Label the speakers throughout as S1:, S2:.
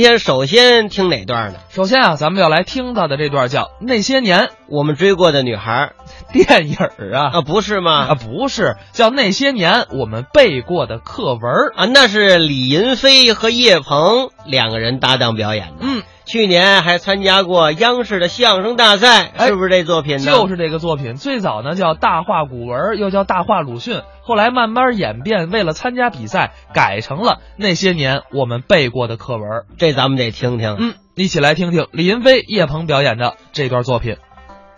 S1: 今天首先听哪段呢？
S2: 首先啊，咱们要来听到的这段叫《那些年
S1: 我们追过的女孩》
S2: 电影儿啊
S1: 啊，不是
S2: 啊，
S1: 吗？
S2: 不是叫《那些年我们背过的课文》。
S1: 啊，那是李银飞和叶鹏两个人搭档表演的。
S2: 嗯，
S1: 去年还参加过央视的相声大赛，
S2: 哎
S1: 是不是这作品呢？
S2: 就是这个作品，最早呢叫《大话古文》，又叫《大话鲁迅》，后来慢慢演变，为了参加比赛，改成了《那些年我们背过的课文》。
S1: 这，咱们得听听。
S2: 嗯，一起来听听李云飞、叶鹏表演的这段作品。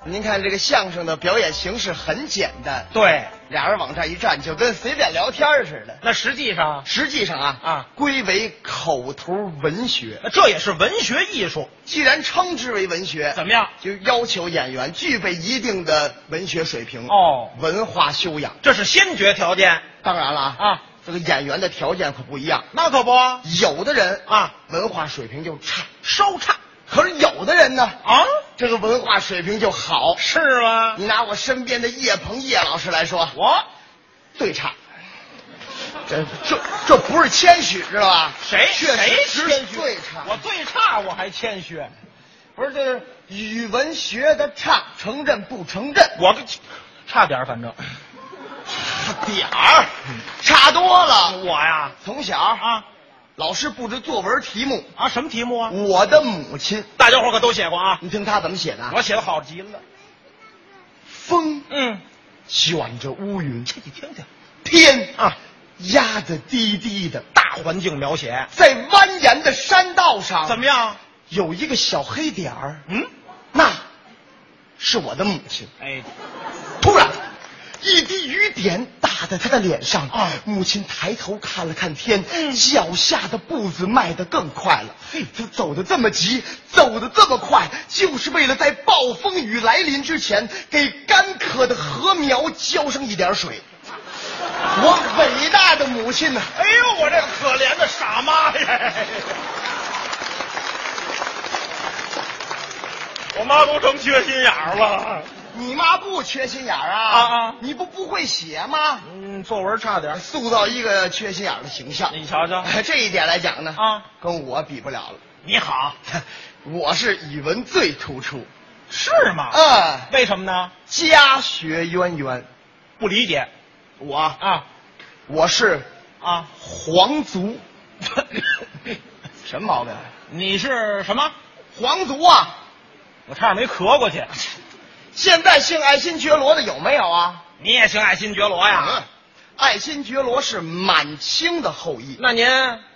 S3: 您看这个相声的表演形式很简单，
S4: 对，
S3: 俩人往这一站，就跟随便聊天似的。
S4: 那实际上
S3: 实际上啊
S4: 啊，
S3: 归为口头文学。
S4: 这也是文学艺术，
S3: 既然称之为文学，
S4: 怎么样？
S3: 就要求演员具备一定的文学水平
S4: 哦
S3: 文化修养。
S4: 这是先决条件。
S3: 当然了
S4: 啊，
S3: 这个演员的条件可不一样，
S4: 那可不，
S3: 有的人
S4: 啊
S3: 文化水平就差，
S4: 稍差
S3: 可是有的人呢
S4: 啊，
S3: 这个文化水平就好。
S4: 是吗？
S3: 你拿我身边的叶鹏叶老师来说，
S4: 我
S3: 最差。这这这不是谦虚，知道吧？
S4: 谁
S3: 确
S4: 谁
S3: 实
S4: 谦虚
S3: 最差。
S4: 我最差，我还谦虚，
S3: 不是这语文学的差，承认不承认？
S4: 我差点儿反正
S3: 点儿差多了。
S4: 我呀
S3: 从小啊，
S4: 啊
S3: 老师布置作文题目，
S4: 啊什么题目啊？
S3: 我的母亲，
S4: 大家伙可都写过啊，
S3: 你听他怎么写的啊？
S4: 我写的好极了。
S3: 风
S4: 嗯，
S3: 卷着乌云，
S4: 这你听听，
S3: 天
S4: 啊
S3: 压得低低的，
S4: 大环境描写
S3: 在蜿蜒的山道上，
S4: 怎么样？
S3: 有一个小黑点儿？
S4: 嗯，
S3: 那是我的母亲。
S4: 哎，
S3: 突然，一滴雨点打在他的脸上。
S4: 啊
S3: 母亲抬头看了看天，
S4: 嗯
S3: 脚下的步子迈得更快了。嘿，他走得这么急，走得这么快，就是为了在暴风雨来临之前，给干渴的禾苗浇上一点水。我伟大的母亲呐、
S4: 哎呦，我这可怜的傻妈呀！ 我妈不成缺心眼儿吗？
S3: 你妈不缺心眼儿啊？
S4: 啊啊
S3: 你不不会写吗？
S4: 嗯，作文差点儿。
S3: 塑造一个缺心眼儿的形象。
S4: 你瞧 瞧，
S3: 哎这一点来讲呢，
S4: 啊，
S3: 跟我比不了了。
S4: 你好，
S3: 我是语文最突出，
S4: 是吗？
S3: 啊，
S4: 为什么呢？
S3: 家学渊源。
S4: 不理解
S3: 我
S4: 啊
S3: 我是
S4: 啊！
S3: 皇族， 什么毛病？
S4: 你是什么？
S3: 皇族啊！
S4: 我差点没咳过去。
S3: 现在姓爱新觉罗的有没有啊？
S4: 你也姓爱新觉罗
S3: 嗯
S4: 呀？
S3: 爱新觉罗是满清的后裔，
S4: 那您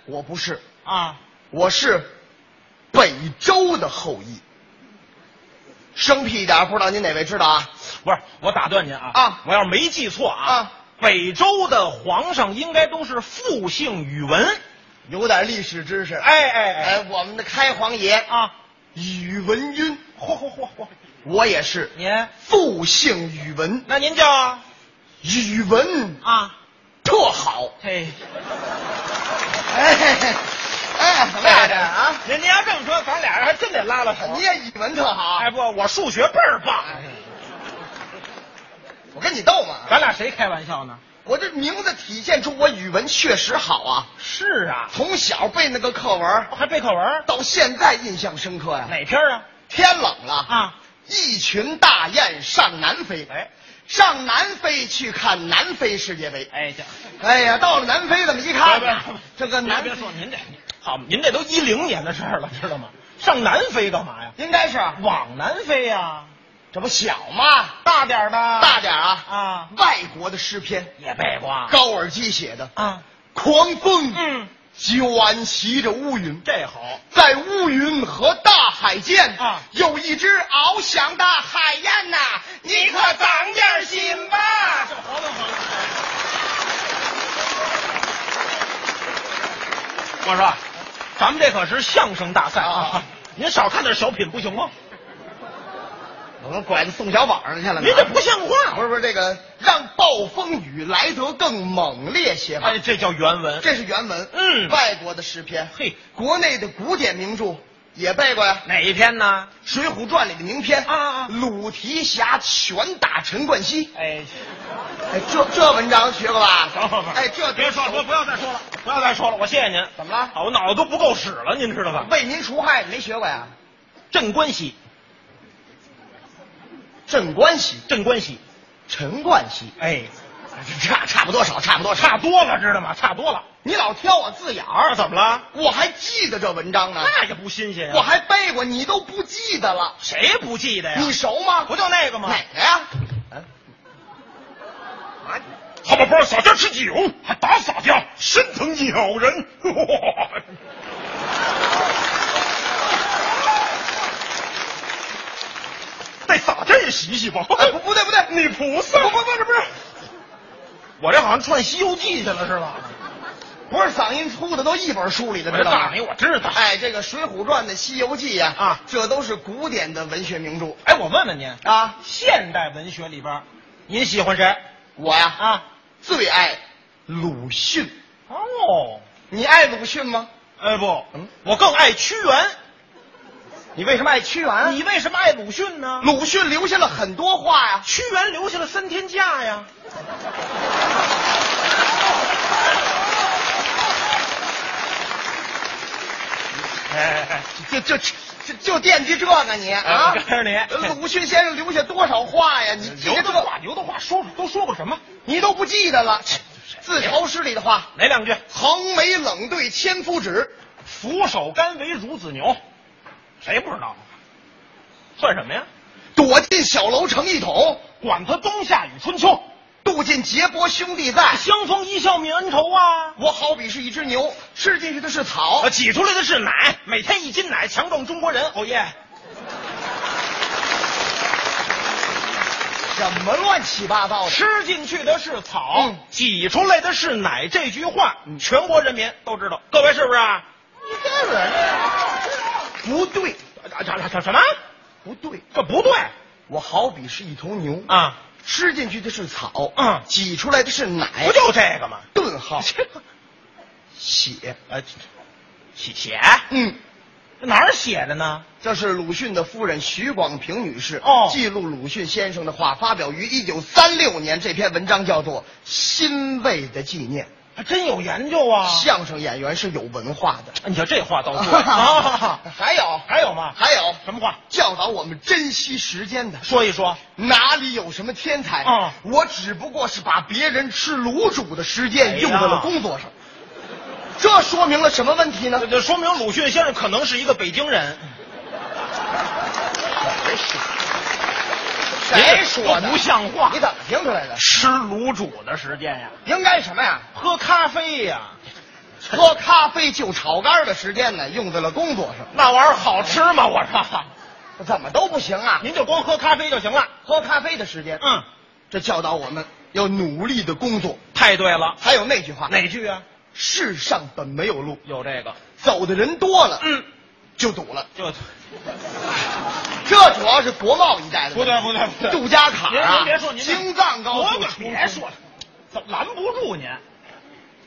S3: 我不是，
S4: 啊，
S3: 我是北周的后裔。生僻一点，不知道您哪位知道啊？
S4: 不是，我打断您啊
S3: 啊
S4: 我要是没记错啊，
S3: 啊
S4: 北周的皇上应该都是复姓宇文。
S3: 有点历史知识。
S4: 哎哎哎
S3: 哎，我们的开皇爷
S4: 啊，
S3: 宇文赟，
S4: 嚯嚯嚯嚯！
S3: 我也是
S4: 您，
S3: 复姓宇文，
S4: 那您叫啊
S3: 宇文
S4: 啊？
S3: 特好。
S4: 嘿，
S3: 哎哎，怎么样这啊？
S4: 您您要这么说，咱俩人还真得拉拉手。
S3: 你也语文特好
S4: 哎，？不，我数学倍儿棒。
S3: 我跟你逗嘛，
S4: 咱俩谁开玩笑呢？
S3: 我这名字体现出我语文确实好啊，
S4: 是啊，
S3: 从小背那个课文，
S4: 还背课文？
S3: 到现在印象深刻呀。
S4: 哪篇啊？
S3: 天冷了
S4: 啊，
S3: 一群大雁上南飞，
S4: 哎，
S3: 上南非去看南非世界杯。
S4: 哎，这
S3: 哎呀，到了南非这么一看呢，这个南
S4: 您别说您这，好，您这都一零年的事儿了，知道吗？上南非干嘛呀？
S3: 应该是
S4: 往南飞呀，
S3: 这不小吗？
S4: 大点儿的，
S3: 大点儿啊
S4: 啊
S3: 外国的诗篇，
S4: 也背过啊
S3: 高尔基写的
S4: 啊。
S3: 狂风，
S4: 嗯，
S3: 卷袭着乌云，
S4: 这好，
S3: 在乌云和大海间
S4: 啊
S3: 有一只翱翔的海燕呐、你可长点心吧。
S4: 活动活动。我说，咱们这可是相声大赛啊
S3: 啊！
S4: 您少看点小品不行吗？
S3: 我们拐到宋小宝上去了呢
S4: 您这不像
S3: 不
S4: 话！
S3: 是不是这个让暴风雨来得更猛烈些吧？
S4: 哎，这叫原文。
S3: 这是原文，
S4: 嗯
S3: 外国的诗篇，
S4: 嘿，
S3: 国内的古典名著《也背过呀，
S4: 哪一篇呢？
S3: 《水浒传》里的名篇
S4: 啊啊啊
S3: 鲁提辖拳打陈冠希。
S4: 哎，
S3: 哎，这这文章学过吧？
S4: 等会儿
S3: 哎，这
S4: 别说了，不不要再说了，不要再说了，我谢谢您。
S3: 怎么了
S4: 啊我脑子都不够使了，您知道吧？
S3: 为民除害，你没学过呀？
S4: 镇关西，
S3: 镇关西，
S4: 镇关西，
S3: 陈冠希，
S4: 哎，
S3: 差差不多少，差不多少。
S4: 差多了，知道吗？差多了。
S3: 你老挑我字眼儿，
S4: 怎么了？
S3: 我还记得这文章呢，
S4: 那也不新鲜呀。
S3: 嗯我还背过，你都不记得了，
S4: 谁不记哎得呀？
S3: 你熟吗？
S4: 不就那个吗？
S3: 哪个呀？
S4: 他把包洒家吃酒，还打洒家，身疼鸟人。 带洒家也洗洗吧。
S3: 哎不不对不对，
S4: 你菩萨
S3: 不不不是不是
S4: 我这好像串《西游记》去了是吧？
S3: 不是嗓音粗的都一本书里的，
S4: 我
S3: 知
S4: 这
S3: 道吗
S4: 大？没我知道。
S3: 哎，这个《水浒传》的《西游记》呀，
S4: 啊
S3: 这都是古典的文学名著
S4: 哎，我问问您，
S3: 啊。
S4: 现代文学里边，您喜欢谁？
S3: 我呀，
S4: 啊，
S3: 最爱鲁迅。
S4: 哦，
S3: 你爱鲁迅吗？
S4: 哎不
S3: 嗯，
S4: 我更爱屈原。
S3: 你为什么爱屈原？
S4: 你为什么爱鲁迅呢？
S3: 鲁迅留下了很多话呀。
S4: 屈原留下了三天假呀。哎，
S3: 就就就就惦记这个你啊！
S4: 我告诉你
S3: 鲁迅先生留下多少话呀？你记
S4: 刘
S3: 得
S4: 德
S3: 这
S4: 华，刘德华说都说过什么？
S3: 你都不记得
S4: 哎
S3: 了？自嘲诗里的话：
S4: 哪两句？
S3: 横眉冷对千夫指，
S4: 俯首甘为孺子牛，谁不知道？算什么呀？
S3: 躲进小楼成一统，
S4: 管他冬夏与春秋，
S3: 度尽劫波兄弟在。
S4: 相逢一笑泯恩仇啊！
S3: 我好比是一只牛，吃进去的是草
S4: 我。挤出来的是奶，每天一斤奶，强壮中国人。哦耶！
S3: 什么乱七八糟的？
S4: 吃进去的是草
S3: 哦嗯，
S4: 挤出来的是奶。这句话全国人民都知道，各位是不是啊？
S3: 这人啊不对，
S4: 啊这这什么？
S3: 不对，
S4: 这不对
S3: 我好比是一头牛，
S4: 啊！
S3: 吃进去的是草，
S4: 嗯
S3: 挤出来的是奶。
S4: 不就 这个吗？
S3: 顿号血，
S4: 呃，写写
S3: 嗯。
S4: 哪儿写的呢？
S3: 这是鲁迅的夫人徐广平女士
S4: 哦
S3: 记录鲁迅先生的话，发表于一九三六年。这篇文章叫做《欣慰的纪念》。
S4: 还真有研究啊！
S3: 相声演员是有文化的。
S4: 你瞧这话倒 对 啊！
S3: 还有
S4: 还有吗？
S3: 还有
S4: 什么话？
S3: 教导我们珍惜时间的，
S4: 说一说。
S3: 哪里有什么天才？
S4: 嗯
S3: 我只不过是把别人吃卤煮的时间用在
S4: 哎呀
S3: 了工作上，这说明了什么问题呢
S4: 这？这说明鲁迅先生可能是一个北京人。
S3: 谁说的？
S4: 不像话
S3: 你怎么听出来的？
S4: 吃卤煮的时间呀，
S3: 应该什么呀？
S4: 喝咖啡呀，
S3: 喝咖啡就炒肝的时间呢，用在了工作上，
S4: 那玩意儿好吃吗？我说，
S3: 怎么都不行啊！
S4: 您就光喝咖啡就行了。
S3: 喝咖啡的时间，
S4: 嗯，
S3: 这教导我们要努力的工作。
S4: 太对了。
S3: 还有那句话，
S4: 哪句啊？
S3: 世上本没有路，
S4: 有这个。
S3: 走的人多了，
S4: 嗯，
S3: 就堵了。
S4: 就
S3: 这主要是国贸一带的，
S4: 不对不对不对
S3: 杜家坎
S4: 您
S3: 啊，
S4: 您别说您
S3: 京藏高速
S4: 我可
S3: 出
S4: 别说了，怎么拦不住您？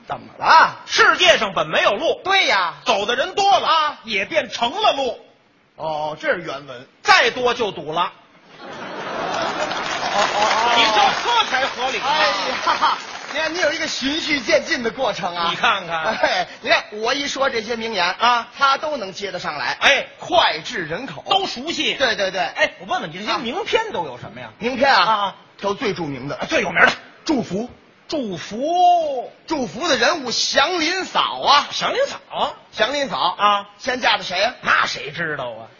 S3: 怎么了？
S4: 世界上本没有路，
S3: 啊对呀，
S4: 走的人多了
S3: 啊
S4: 也便成了路，
S3: 哦，这是原文。
S4: 再多就堵了。
S3: 哦哦
S4: 你就这才合理啊。
S3: 哎呀，你看你有一个循序渐进的过程啊！
S4: 你看看
S3: 哎，你看我一说这些名言
S4: 啊
S3: 他都能接得上来，
S4: 哎
S3: 脍炙人口，
S4: 都熟悉。
S3: 对对对。
S4: 哎，我问问你，这些
S3: 啊
S4: 名篇都有什么呀？
S3: 名片啊，
S4: 啊
S3: 都最著名的
S4: 啊，最有名的
S3: 祝福，
S4: 祝福
S3: 祝福的人物祥林嫂啊，
S4: 祥林嫂，
S3: 祥林嫂
S4: 啊
S3: 先嫁的谁啊？
S4: 那谁知道啊？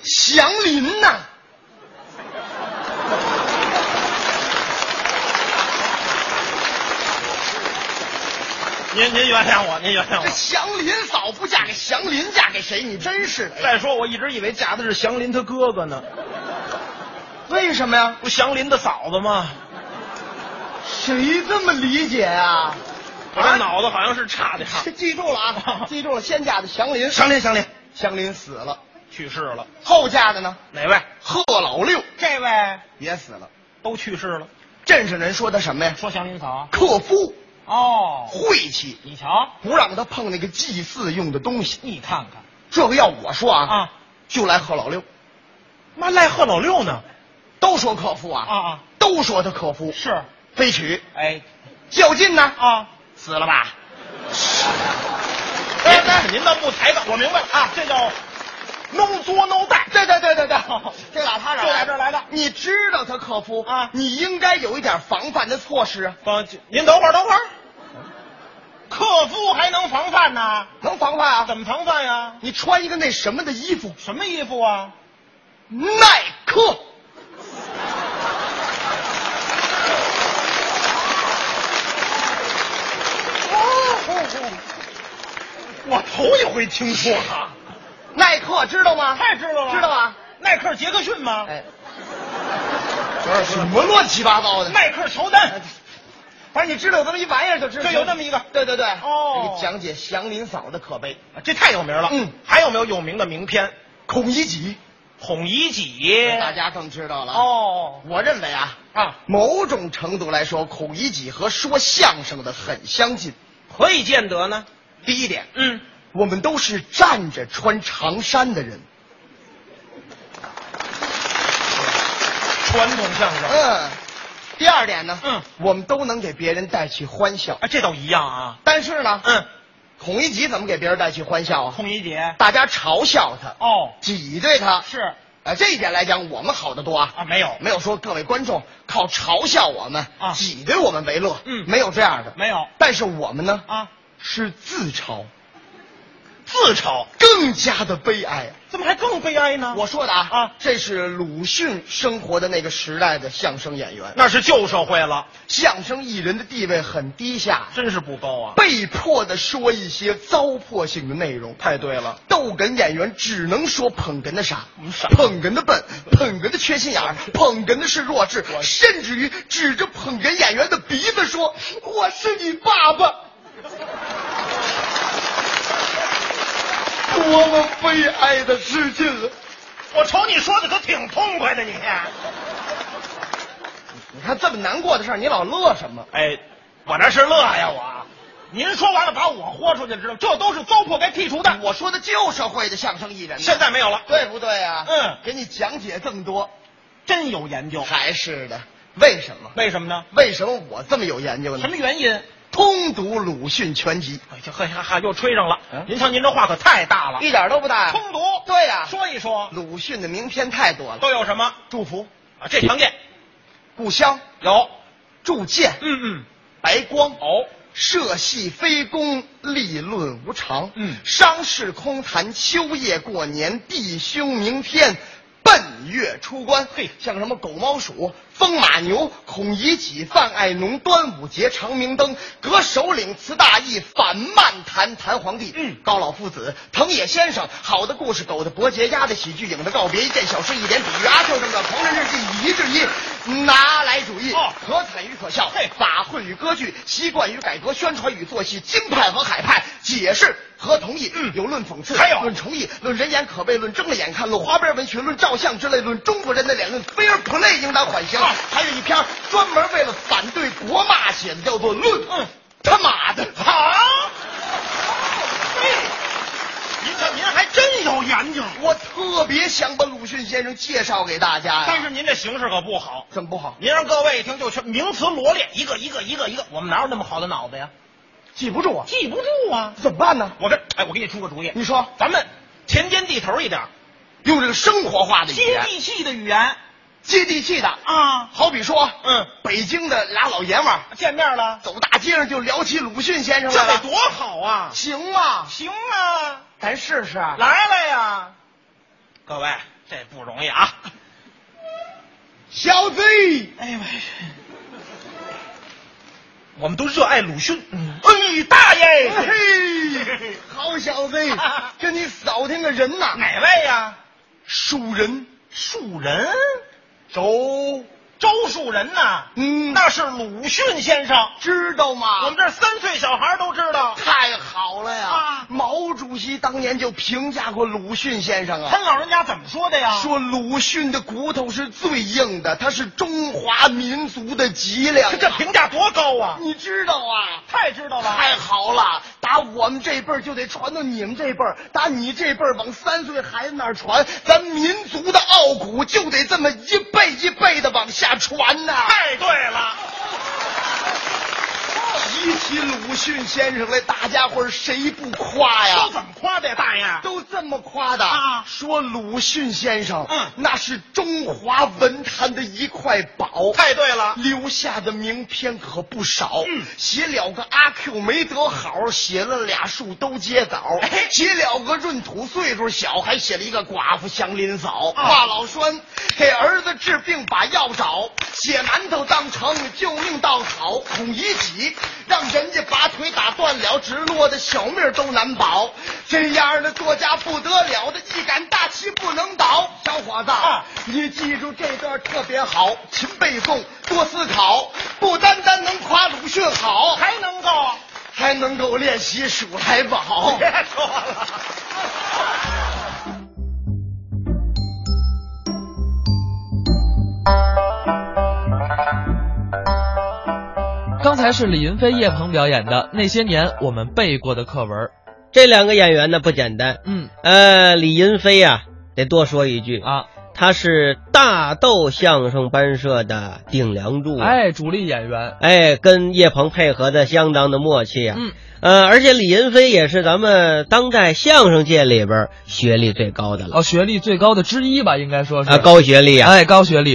S3: 祥林呐、
S4: 您您原谅我，您原谅
S3: 这祥林嫂不嫁给祥林，嫁给谁？你真是的，
S4: 再说，我一直以为嫁的是祥林他哥哥呢，
S3: 为什么呀？
S4: 不祥林的嫂子吗？
S3: 谁这么理解啊？
S4: 我这脑子好像是差点儿。
S3: 记住了 啊，记住了，先嫁的祥林，
S4: 祥林，祥林
S3: 祥林死了，
S4: 去世了，
S3: 后嫁的呢？
S4: 哪位？
S3: 贺老六
S4: 这位
S3: 也死了。
S4: 都去世了。
S3: 镇上人说他什么呀？
S4: 说祥林嫂，
S3: 克夫，
S4: 哦，
S3: 晦气，
S4: 你瞧，
S3: 不让他碰那个祭祀用的东西。
S4: 你看看
S3: 这个要我说啊，
S4: 啊，
S3: 就来贺老六，
S4: 妈赖贺老六呢？
S3: 都说克夫啊，
S4: 啊啊，
S3: 都说他克夫，
S4: 是，
S3: 非娶，
S4: 哎，
S3: 较劲呢，
S4: 啊，
S3: 死了吧？
S4: 哎哎，您倒不抬杠，我明白啊，这叫 no 作 no 带，
S3: 对对对对对，
S4: 这打他这儿
S3: 就
S4: 来
S3: 打
S4: 这儿来的
S3: 你知道他克夫
S4: 啊
S3: 你应该有一点防范的措施啊，
S4: 啊，这您等会儿，等会儿，克夫还能防范呢？
S3: 能防范啊？
S4: 怎么防范呀？
S3: 你穿一个那什么的衣服，
S4: 什么衣服啊？
S3: 耐克。哦
S4: 我头一回听说啊，
S3: 耐克知道吗？
S4: 太知道了，啊
S3: 知道吧？
S4: 耐克杰克逊吗？
S3: 哎， 什么乱七八糟的？
S4: 耐克乔丹，
S3: 反正你知道有这么一玩意儿就知道。
S4: 就有这么一个
S3: 对对对。给
S4: 哦
S3: 讲解祥林嫂的可悲，
S4: 这太有名了。
S3: 嗯
S4: 还有没有有名的名篇？
S3: 孔乙己，
S4: 孔乙己，
S3: 大家更知道了。，
S4: 哎哦
S3: 我认为啊，
S4: 啊，
S3: 某种程度来说，孔乙己和说相声的很相近。
S4: 何以见得呢？
S3: 第一点，
S4: 嗯，
S3: 我们都是站着穿长衫的人。
S4: 传统相声
S3: 嗯。第二点呢，
S4: 嗯，
S3: 我们都能给别人带去欢笑。
S4: 啊，这倒一样啊。
S3: 但是呢，
S4: 嗯，
S3: 孔乙己怎么给别人带去欢笑啊？
S4: 孔乙己，
S3: 大家嘲笑他，
S4: 哦，
S3: 挤兑他。
S4: 是
S3: 呃，这一点来讲，我们好得多
S4: 啊，
S3: 啊，
S4: 没有，
S3: 没有说各位观众靠嘲笑我们、
S4: 啊
S3: 挤兑我们为乐，
S4: 嗯
S3: 没有这样的，
S4: 没有
S3: 但是我们呢，
S4: 啊，
S3: 是自嘲，
S4: 自嘲，
S3: 更加的悲哀。
S4: 怎么还更悲哀呢？
S3: 我说的啊，
S4: 啊
S3: 这是鲁迅生活的那个时代的相声演员，
S4: 那是旧社会了，
S3: 相声艺人的地位很低下，
S4: 真是不高啊。
S3: 被迫的说一些糟粕性的内容。
S4: 太对了，
S3: 逗哏演员只能说捧哏的啊傻
S4: 嗯傻，
S3: 捧哏的笨，捧哏的缺心眼儿，捧哏的是弱智，甚至于指着捧哏演员的鼻子说：“我是你爸爸。” 多么悲哀的事情啊！
S4: 我瞅你说的可挺痛快的，你。
S3: 你看这么难过的事儿，你老乐什么？
S4: 哎，我那是乐呀，我。您说完了，把我豁出去，知道吗？这都是糟粕该剔除的。
S3: 我说的旧社会的相声艺人呢，
S4: 现在没有了，
S3: 对不对啊？
S4: 嗯
S3: 给你讲解这么多，
S4: 真有研究。
S3: 还是的，为什么？
S4: 为什么呢？
S3: 为什么我这么有研究呢？
S4: 什么原因？
S3: 通读鲁迅全集，
S4: 哎呀，嘿哈哈，又吹上了。
S3: 嗯
S4: 您瞧，您这话可太大啊了。
S3: 一点都不大呀。
S4: 通读，
S3: 对呀、
S4: 说一说
S3: 鲁迅的名篇太多了，
S4: 都有什么？
S3: 祝福、
S4: 啊，这常见
S3: 故乡、
S4: 有。
S3: 铸剑、
S4: 嗯嗯，
S3: 白光、
S4: 哦，
S3: 社戏非公，立论无常。
S4: 嗯
S3: 商事空谈，秋夜过年，弟兄明天。奔月出关，
S4: 嘿
S3: 像什么狗猫鼠、风马牛、孔乙己、范爱农、端午节、长明灯、革首领、词大义、反漫谈、谈皇帝，
S4: 嗯
S3: 高老夫子、藤野先生，好的故事，狗的伯爵，鸭的喜剧，影的告别，一件小事，一点比啊喻，阿 Q 正传，狂人日记，以一制一，拿来主义，
S4: 哦
S3: 可惨与可笑
S4: 嘿，
S3: 法混与歌剧，习惯与改革，宣传与做戏，京派和海派，解释和同意，
S4: 嗯
S3: 有论讽刺，
S4: 还有
S3: 论重义，论人言可畏，论睁了眼看，论花边文学，论照相之类，论中国人的脸，论 fair play 应当缓刑，
S4: 啊
S3: 还有一篇专门为了反对国骂写的，叫做《论》。
S4: 嗯，
S3: 他妈的，啊
S4: 好。嘿，您这您还真有研究，
S3: 我特别想把鲁迅先生介绍给大哎家呀，
S4: 但是您这形式可不好。
S3: 怎么不好？
S4: 您让各位一听就全名词罗列，一个一个一个一个，我们哪有那么好的脑子呀？
S3: 记不住啊，
S4: 记不住啊！
S3: 怎么办呢？
S4: 我跟哎，我给你出个主意，
S3: 你说
S4: 咱们田间地头一点，
S3: 用这个生活化的语
S4: 接
S3: 言，
S4: 地气的语言
S3: 接地气的，
S4: 啊。
S3: 好比说，
S4: 嗯，
S3: 北京的俩老爷们儿
S4: 见面了，
S3: 走大街上就聊起鲁迅先生
S4: 这
S3: 来
S4: 得
S3: 了，
S4: 多好啊！
S3: 行吗？
S4: 行啊，
S3: 咱试试。
S4: 来了呀！各位，这不容易啊！
S3: 小子，
S4: 哎呀妈呀！我们都热爱鲁迅，
S3: 嗯
S4: 你大爷！
S3: 嘿，好小子，跟你扫听个人呐，
S4: 哪位呀？
S3: 树人
S4: 树人，
S3: 周
S4: 周树人呐，
S3: 嗯
S4: 那是鲁迅先生，
S3: 知道吗？
S4: 我们这儿三岁小孩都知道，
S3: 太好了呀！
S4: 啊
S3: 毛主席当年就评价过鲁迅先生
S4: 他
S3: 啊，
S4: 老人家怎么说的呀？
S3: 说鲁迅的骨头是最硬的，他是中华民族的脊梁啊。
S4: 这评价多高啊！
S3: 你知道啊？
S4: 太知道了，
S3: 太好了！打我们这辈儿就得传到你们这辈儿，打你这辈儿往三岁孩子那儿传，咱民族的傲骨就得这么一辈一辈的往下传呐、
S4: 太对
S3: 啊
S4: 了，
S3: 提起鲁迅先生来，大家伙儿谁不夸呀？
S4: 都怎么夸的呀，大爷？
S3: 都这么夸的
S4: 啊
S3: 说鲁迅先生，
S4: 嗯
S3: 那是中华文坛的一块宝，
S4: 太对了，
S3: 留下的名篇可不少。
S4: 嗯
S3: 写了个阿 Q 没得好，写了俩树都结枣，
S4: 哎
S3: 写了个闰土岁数小，还写了一个寡妇祥林嫂。
S4: 啊
S3: 华老栓给儿子治病把药找，写馒头当成救命稻草，孔乙己让人家把腿打断了，直落的小命都难保。这样的作家不得了的，一杆大旗不能倒。小伙子，
S4: 啊
S3: 你记住这段特别好，勤背诵，多思考，不单单能夸鲁迅好，还
S4: 还能够。
S3: 还能够练习数来宝。
S4: 别 说了，
S2: 刚才是李云飞、叶鹏表演的《那些年我们背过的课文》。
S1: 这两个演员呢不简单，
S2: 嗯
S1: 呃，李云飞啊，得多说一句，
S2: 啊，
S1: 他是大豆相声班社的顶梁柱、啊，
S2: 哎，主力演员。
S1: 哎，跟叶鹏配合的相当的默契啊。
S2: 嗯，
S1: 呃，而且李云飞也是咱们当代相声界里边学历最高的了
S2: 呃哦，学历最高的之一吧，应该说是
S1: 啊，高学历啊。
S2: 哎，高学历。